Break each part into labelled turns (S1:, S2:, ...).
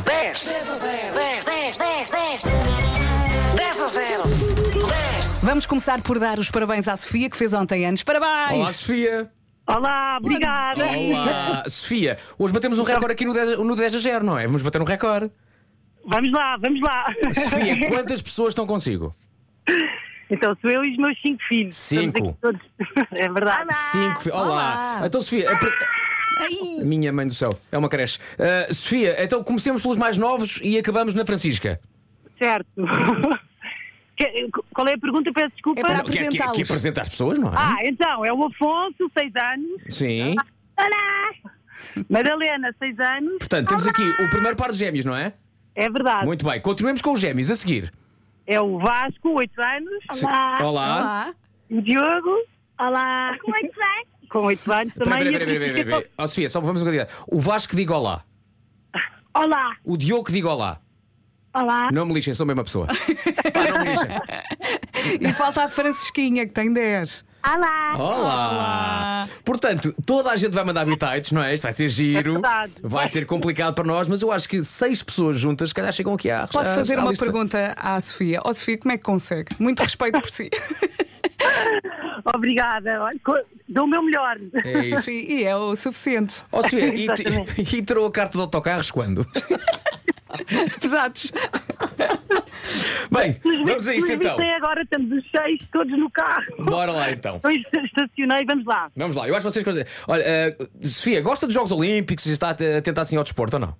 S1: 10. 10 a 0. 10, 10, 10, 10. 10 a 0. 10.
S2: Vamos começar por dar os parabéns à Sofia, que fez ontem anos. Parabéns!
S3: Olá, Sofia.
S4: Olá, obrigada.
S3: Olá, Sofia. Hoje batemos um recorde aqui no 10, no 10 a 0, não é? Vamos bater um recorde.
S4: Vamos lá, vamos lá.
S3: Sofia, quantas pessoas estão consigo?
S4: Então sou eu e os meus cinco filhos.
S3: Cinco.
S4: Estamos aqui todos. É verdade.
S3: Cinco. fi- Olá.
S2: Olá.
S3: Então, Sofia. a pri-
S2: Ai.
S3: Minha mãe do céu, é uma creche. Ah, Sofia, então comecemos pelos mais novos e acabamos na Francisca.
S4: Certo. Que- Qual é a pergunta? Peço desculpa.
S2: É para
S3: Não, que- que- Que,
S2: apresentá-los.
S3: apresenta as pessoas, não é?
S4: Ah, então, é o Afonso, seis anos.
S3: Sim.
S4: Madalena, seis anos.
S3: Portanto, temos aqui o primeiro par de gêmeos, não é?
S4: É verdade.
S3: Muito bem. Continuemos com os gêmeos a seguir.
S4: É o Vasco, oito anos.
S3: Sim. Olá.
S2: Olá.
S4: O Diogo. Olá. Com oito anos também.
S3: Peraí, peraí, peraí, peraí, peraí. Ó, Sofia, só vamos um bocadinho. O Vasco que diga olá.
S4: Olá.
S3: O Diogo que diga olá.
S4: Olá.
S3: Não me lixem, sou a mesma pessoa. Pá, não me lixem.
S2: E falta a Francisquinha, que tem 10.
S5: Olá!
S3: Olá! Portanto, toda a gente vai mandar bitites, não é? Isto vai ser giro.
S4: É verdade.
S3: vai ser complicado para nós, mas eu acho que seis pessoas juntas, se calhar, chegam aqui à
S2: Posso
S3: à-
S2: fazer
S3: à
S2: uma
S3: lista.
S2: pergunta à Sofia? Ó Sofia, como é que consegue? Muito respeito por si.
S4: Obrigada. Olha, co- Dou o meu melhor.
S3: É isso.
S2: Sim, e é o suficiente.
S3: Ó, Sofia, e,
S4: Exatamente.
S3: e tirou a carta de autocarros quando?
S2: Pesados.
S3: Bem, vamos a isto
S4: Nos
S3: então.
S4: vistem é agora, estamos os seis todos no carro.
S3: Bora lá então.
S4: Então estacionei, vamos lá.
S3: Vamos lá, eu acho que vocês. conseguem- Olha, eh, Sofia, gosta dos Jogos Olímpicos e está a tentar assim ao desporto ou não?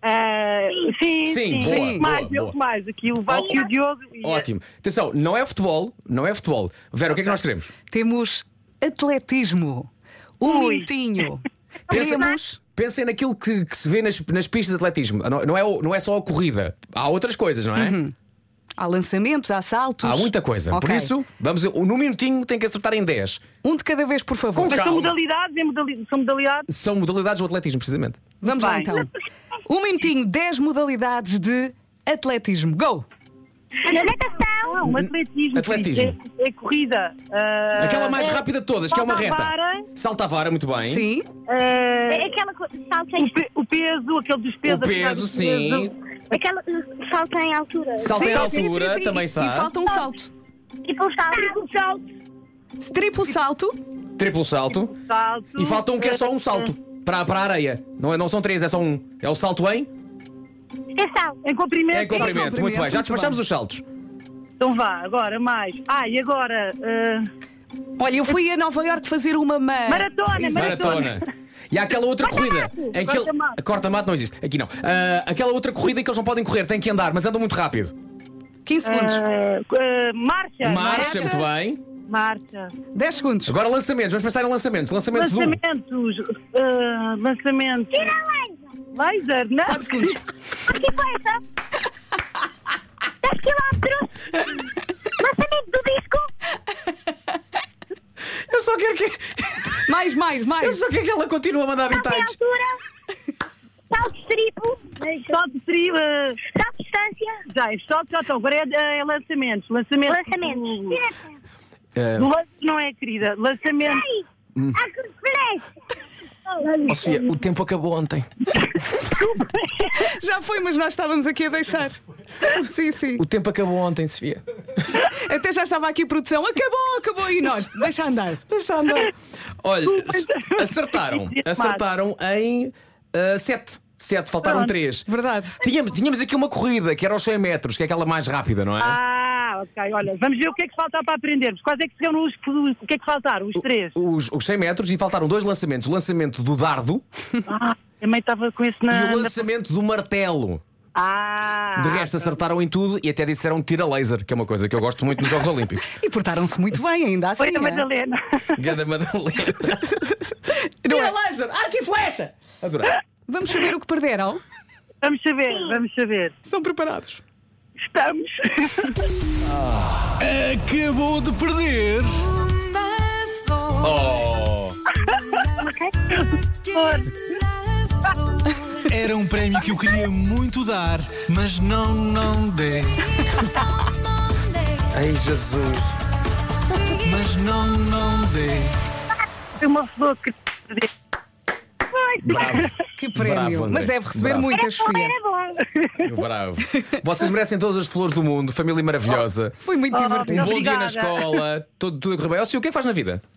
S4: Ah, sim,
S3: Sim,
S4: sim,
S3: boa,
S4: Eles mais,
S3: boa,
S4: eles
S3: boa.
S4: mais. Aqui o Vasco e o Diogo. e- ah,
S3: Ótimo. Atenção, não é futebol, não é futebol. Vera, o que é que nós queremos?
S2: Temos atletismo. Um
S4: Ui.
S2: minutinho.
S3: Pensa-
S2: Temos.
S3: Pensem naquilo que, que se vê nas, nas pistas de atletismo. Não, não é, o- não é só a corrida. Há outras coisas, não é?
S2: Há lançamentos, há saltos.
S3: Há muita coisa.
S2: Ok.
S3: Por isso, vamos. No minutinho tem que acertar em 10.
S2: Um de cada vez, por favor.
S3: Com-
S4: Mas são
S3: Calma.
S4: modalidades, é modali- são modalidades.
S3: São modalidades do atletismo, precisamente.
S2: Vamos lá
S4: Bem.
S2: então. Um minutinho, 10 modalidades de atletismo. Go!
S5: é Natação!
S4: Não, Um atletismo.
S3: Atletismo.
S4: Cris, É, é corrida. ah,
S3: Aquela mais
S4: é-
S3: rápida de todas, que é uma
S4: salta à
S3: reta.
S4: vara,
S3: Salta a vara, muito bem.
S2: Sim.
S4: ah,
S5: É Aquela coisa. Salto
S4: o,
S5: em.
S4: pe- o peso, aquele dos pesos.
S3: O peso, sim.
S5: Aquela. Salto em altura.
S3: Salto
S2: sim,
S3: em
S2: sim, sim,
S3: altura,
S2: sim.
S3: também
S2: E-
S3: está.
S2: E falta um salto.
S5: Tipo um
S4: Ah,
S5: salto.
S2: Triplo salto.
S3: Triplo salto.
S4: Salto,
S3: E falta um que é só um salto. Para, para a areia. Não, é- não são três, é só um. É o salto em.
S5: É salto.
S4: Em comprimento.
S3: É em comprimento. Muito bem. Já
S2: muito
S3: despachamos
S2: bem.
S3: os saltos.
S4: Então vá, agora mais. Ah, e agora? ah,
S2: Olha, eu fui a Nova Iorque fazer uma ma-
S4: Maratona,
S2: Isso.
S4: Maratona.
S3: Maratona. E há aquela outra corrida. em que ele-
S4: Corta-mato.
S3: Corta-mato não existe. Aqui não. Ah, aquela outra corrida em que eles não podem correr, têm que andar, mas andam muito rápido.
S2: 15 segundos.
S4: ah, ah, marcha.
S3: Marcha,
S2: marcha.
S3: muito bem.
S4: Marcha.
S2: 10 segundos.
S3: Agora lançamentos, vamos pensar em lançamentos. Lançamentos um. do.
S4: Lançamentos. ah, lançamentos.
S5: Tira laser.
S4: Laser, não. é?
S2: 4 segundos.
S5: Aqui coisa. 10 quilómetros. Lançamento do disco.
S3: Eu só quero que.
S2: Mais, mais,
S3: Eu
S2: mais.
S3: só quero que ela continue a
S4: Tá
S3: mandar
S5: Salto em
S3: bitites.
S5: altura. Salto triplo.
S4: Salto de tri, ah,
S5: Salto de distância.
S4: já, estes saltos já estão. Agora é, é lançamentos. Lançamentos.
S3: Hum.
S5: Lançamento. Direção.
S3: Ah,
S4: Lan- Não é, querida. Lançamento.
S5: Ai! A
S3: oh,
S5: conferência.
S3: Hum. Sofia, o tempo acabou ontem.
S2: Já foi, mas nós estávamos aqui a deixar. Sim, sim.
S3: O tempo acabou ontem, Sofia.
S2: Até já estava aqui a produção. Acabou, acabou. E nós? Deixa andar. Deixa andar.
S3: Olha, acertaram. Acertaram em 7. 7, faltaram
S4: Pronto.
S3: 3.
S2: Verdade.
S3: Tínhamos, tínhamos aqui uma corrida que era aos 100 metros, que é aquela mais rápida, não é?
S4: Ah, ok. Olha, vamos ver o que é que falta para aprendermos. Quais é que serão os. O que é que faltaram? Os três.
S3: Os, os 100 metros e faltaram dois lançamentos: o lançamento do dardo
S4: Ah, também estava com esse na.
S3: e o
S4: na-
S3: lançamento do martelo.
S4: Ah!
S3: De resto, acertaram em tudo e até disseram tira laser, que é uma coisa que eu gosto muito nos Jogos Olímpicos.
S2: E portaram-se muito bem, ainda assim.
S4: Foi a
S2: é?
S4: Madalena.
S3: Ganda Madalena. tira laser, arco e flecha! Adorei.
S2: é? Vamos saber o que perderam.
S4: Vamos saber, vamos saber.
S2: Estão preparados?
S4: Estamos.
S6: Acabou de perder.
S3: Oh!
S6: Era um prémio que eu queria muito dar, mas não, não dei.
S3: Ai, Jesus!
S6: Mas não, não dei.
S4: Foi uma flor que. Foi.
S3: Bravo!
S2: Que
S3: Bravo,
S2: prémio.
S3: André.
S2: Mas deve receber
S3: Bravo.
S2: muitas,
S5: Era bom,
S2: filha.
S4: é
S5: era bom.
S3: Bravo. Vocês merecem todas as flores do mundo, família maravilhosa.
S7: Foi muito
S4: Oh,
S7: divertido.
S3: Um bom dia na
S4: Obrigada.
S3: escola, tudo, tudo a correr bem. Ó, Sil, o que é que faz na vida?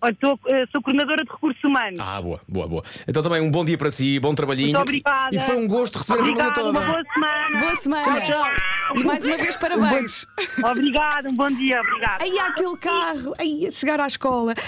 S4: Olha, sou, eh, sou coordenadora de recursos humanos.
S3: Ah, boa, boa, boa. Então também um bom dia para si, bom trabalhinho.
S4: Muito obrigada.
S3: E foi um gosto receber a
S4: Obrigada,
S3: família
S4: uma
S3: toda.
S4: boa semana.
S2: Boa semana. E mais uma vez parabéns.
S4: Obrigada, um bom dia, obrigada.
S2: Aí há aquele carro, aí a chegar à escola.